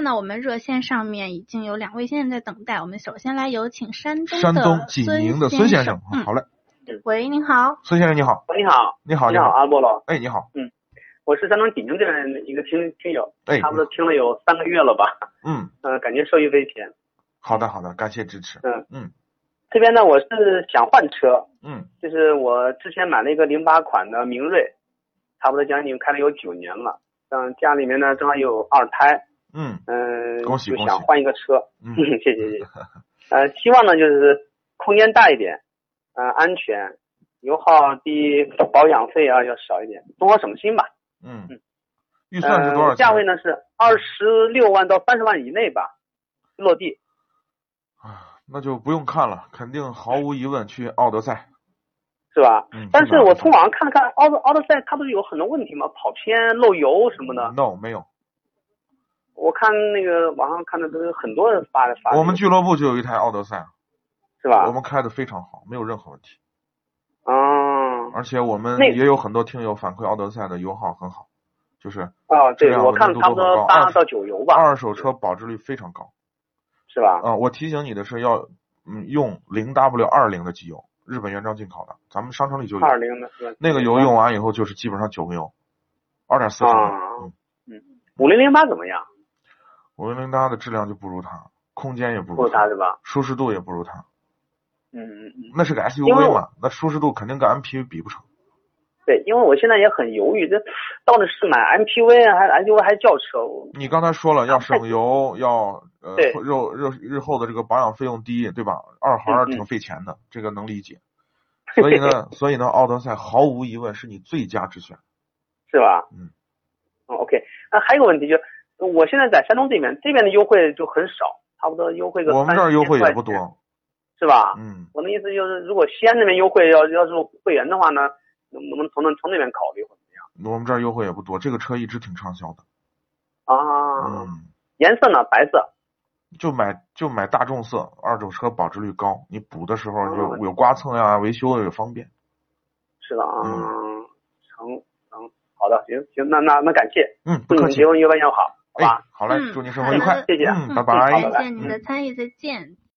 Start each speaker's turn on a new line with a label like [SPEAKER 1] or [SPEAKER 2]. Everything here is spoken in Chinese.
[SPEAKER 1] 看到我们热线上面已经有两位先生在等待，我们首先来有请山东
[SPEAKER 2] 山东
[SPEAKER 1] 的
[SPEAKER 2] 济宁的
[SPEAKER 1] 孙
[SPEAKER 2] 孙
[SPEAKER 1] 生
[SPEAKER 2] 先生，，啊
[SPEAKER 1] 嗯，
[SPEAKER 2] 好嘞，
[SPEAKER 1] 喂，您好，
[SPEAKER 2] 孙先生你好，
[SPEAKER 3] 喂，你好，
[SPEAKER 2] 你好，
[SPEAKER 3] 你好，，啊阿波罗，
[SPEAKER 2] 哎，你好，
[SPEAKER 3] 我是山东济宁这边的一个听听友，
[SPEAKER 2] 哎，
[SPEAKER 3] 差不多听了有三个月了吧，
[SPEAKER 2] 嗯，
[SPEAKER 3] 嗯、感觉受益匪浅。
[SPEAKER 2] 好的，好的，感谢支持，
[SPEAKER 3] 嗯
[SPEAKER 2] 嗯
[SPEAKER 3] 这边呢，我是想换车，
[SPEAKER 2] 嗯
[SPEAKER 3] 就是我之前买了一个零八款的明锐，差不多将近开了有九年了，嗯，家里面呢正好有二胎，
[SPEAKER 2] 嗯
[SPEAKER 3] 嗯、
[SPEAKER 2] 恭喜
[SPEAKER 3] 就
[SPEAKER 2] 恭
[SPEAKER 3] 想
[SPEAKER 2] 喜
[SPEAKER 3] 换一个车，
[SPEAKER 2] 嗯
[SPEAKER 3] 谢谢谢谢，呃，希望呢就是空间大一点，嗯、安全，油耗低，保养费啊要少一点，多花省心吧。
[SPEAKER 2] 嗯，预算是多
[SPEAKER 3] 呃
[SPEAKER 2] 少钱？
[SPEAKER 3] 价位呢是二十六万到三十万以内吧，落地。
[SPEAKER 2] 啊，那就不用看了，肯定毫无疑问去奥德赛，
[SPEAKER 3] 是吧？
[SPEAKER 2] 嗯，
[SPEAKER 3] 但
[SPEAKER 2] 去
[SPEAKER 3] 是
[SPEAKER 2] 哪儿
[SPEAKER 3] 我
[SPEAKER 2] 都
[SPEAKER 3] 从网上看了看，奥德奥德赛它不是有很多问题吗？跑偏、漏油什么的。
[SPEAKER 2] ，no 没有，
[SPEAKER 3] 我看那个网上看的都有很多人发的发的。
[SPEAKER 2] 我们俱乐部就有一台奥德赛，
[SPEAKER 3] 啊是
[SPEAKER 2] 我
[SPEAKER 3] 吧？
[SPEAKER 2] 们开的非常好，没有任何问题，
[SPEAKER 3] 嗯，
[SPEAKER 2] 而且我们
[SPEAKER 3] 那
[SPEAKER 2] 也有很多听友反馈奥德赛的油耗很好，就是
[SPEAKER 3] 哦，
[SPEAKER 2] 这
[SPEAKER 3] 对，
[SPEAKER 2] 样
[SPEAKER 3] 我
[SPEAKER 2] 的
[SPEAKER 3] 看
[SPEAKER 2] 密
[SPEAKER 3] 了
[SPEAKER 2] 度
[SPEAKER 3] 差不
[SPEAKER 2] 都很高
[SPEAKER 3] 多八
[SPEAKER 2] 二
[SPEAKER 3] 到九油吧，
[SPEAKER 2] 二手车保值率非常高。
[SPEAKER 3] 是吧？
[SPEAKER 2] 啊、我提醒你的是要嗯用零 W 二零的机油，日本原装进口的，咱们商城里就有。
[SPEAKER 3] 二零的是吧？
[SPEAKER 2] 那个油用完以后就是基本上九个油，二点四升的。
[SPEAKER 3] 啊
[SPEAKER 2] 嗯，
[SPEAKER 3] 五零零八怎么样？
[SPEAKER 2] 五零零八的质量就不如它，空间也不
[SPEAKER 3] 不
[SPEAKER 2] 如
[SPEAKER 3] 差
[SPEAKER 2] 它，
[SPEAKER 3] 是吧？
[SPEAKER 2] 舒适度也不如它。
[SPEAKER 3] 嗯嗯嗯。
[SPEAKER 2] 那是个
[SPEAKER 3] 因为
[SPEAKER 2] SUV
[SPEAKER 3] 我
[SPEAKER 2] 嘛，那舒适度肯定跟 MPV 比不成。
[SPEAKER 3] 对，因为我现在也很犹豫，这到底是买 MPV 啊，还是 SUV 还是轿车？我
[SPEAKER 2] 你刚才说了要省油，要呃
[SPEAKER 3] 对
[SPEAKER 2] 日后日日后的这个保养费用低，对吧？二孩儿
[SPEAKER 3] 嗯嗯
[SPEAKER 2] 挺费钱的，这个能理 解。所以呢，所以呢，奥德赛毫无疑问是你最佳之选。
[SPEAKER 3] 是吧？
[SPEAKER 2] 嗯
[SPEAKER 3] 嗯，OK。那还有一个问题就是，我现在在山东这边，这边的优惠就很少，差不多优惠个
[SPEAKER 2] 我们这儿优惠也不
[SPEAKER 3] 30块钱，
[SPEAKER 2] 多，
[SPEAKER 3] 是吧？
[SPEAKER 2] 嗯。
[SPEAKER 3] 我的意思就是，如果西安那边优惠要要是会员的话呢，能不能从那从那边考虑会怎么样？
[SPEAKER 2] 我们这儿优惠也不多，这个车一直挺畅销的。
[SPEAKER 3] 啊，
[SPEAKER 2] 嗯，
[SPEAKER 3] 颜色呢？白色。
[SPEAKER 2] 就买就买大众色，二手车保值率高，你补的时候有、
[SPEAKER 3] 哦
[SPEAKER 2] 有刮蹭呀、维修也方便。
[SPEAKER 3] 是的啊，
[SPEAKER 2] 嗯
[SPEAKER 3] 成成，好的，行行，那那那感谢，
[SPEAKER 2] 嗯，不客
[SPEAKER 3] 祝你们
[SPEAKER 2] 气
[SPEAKER 3] 结。婚越办越好，好吧？
[SPEAKER 2] 哎，好嘞，
[SPEAKER 1] 嗯
[SPEAKER 2] 祝您生活愉快。
[SPEAKER 1] 好
[SPEAKER 3] 的谢谢
[SPEAKER 2] 嗯，拜
[SPEAKER 1] 嗯
[SPEAKER 2] 拜。
[SPEAKER 1] 感谢
[SPEAKER 2] 嗯
[SPEAKER 1] 您的参与，再见。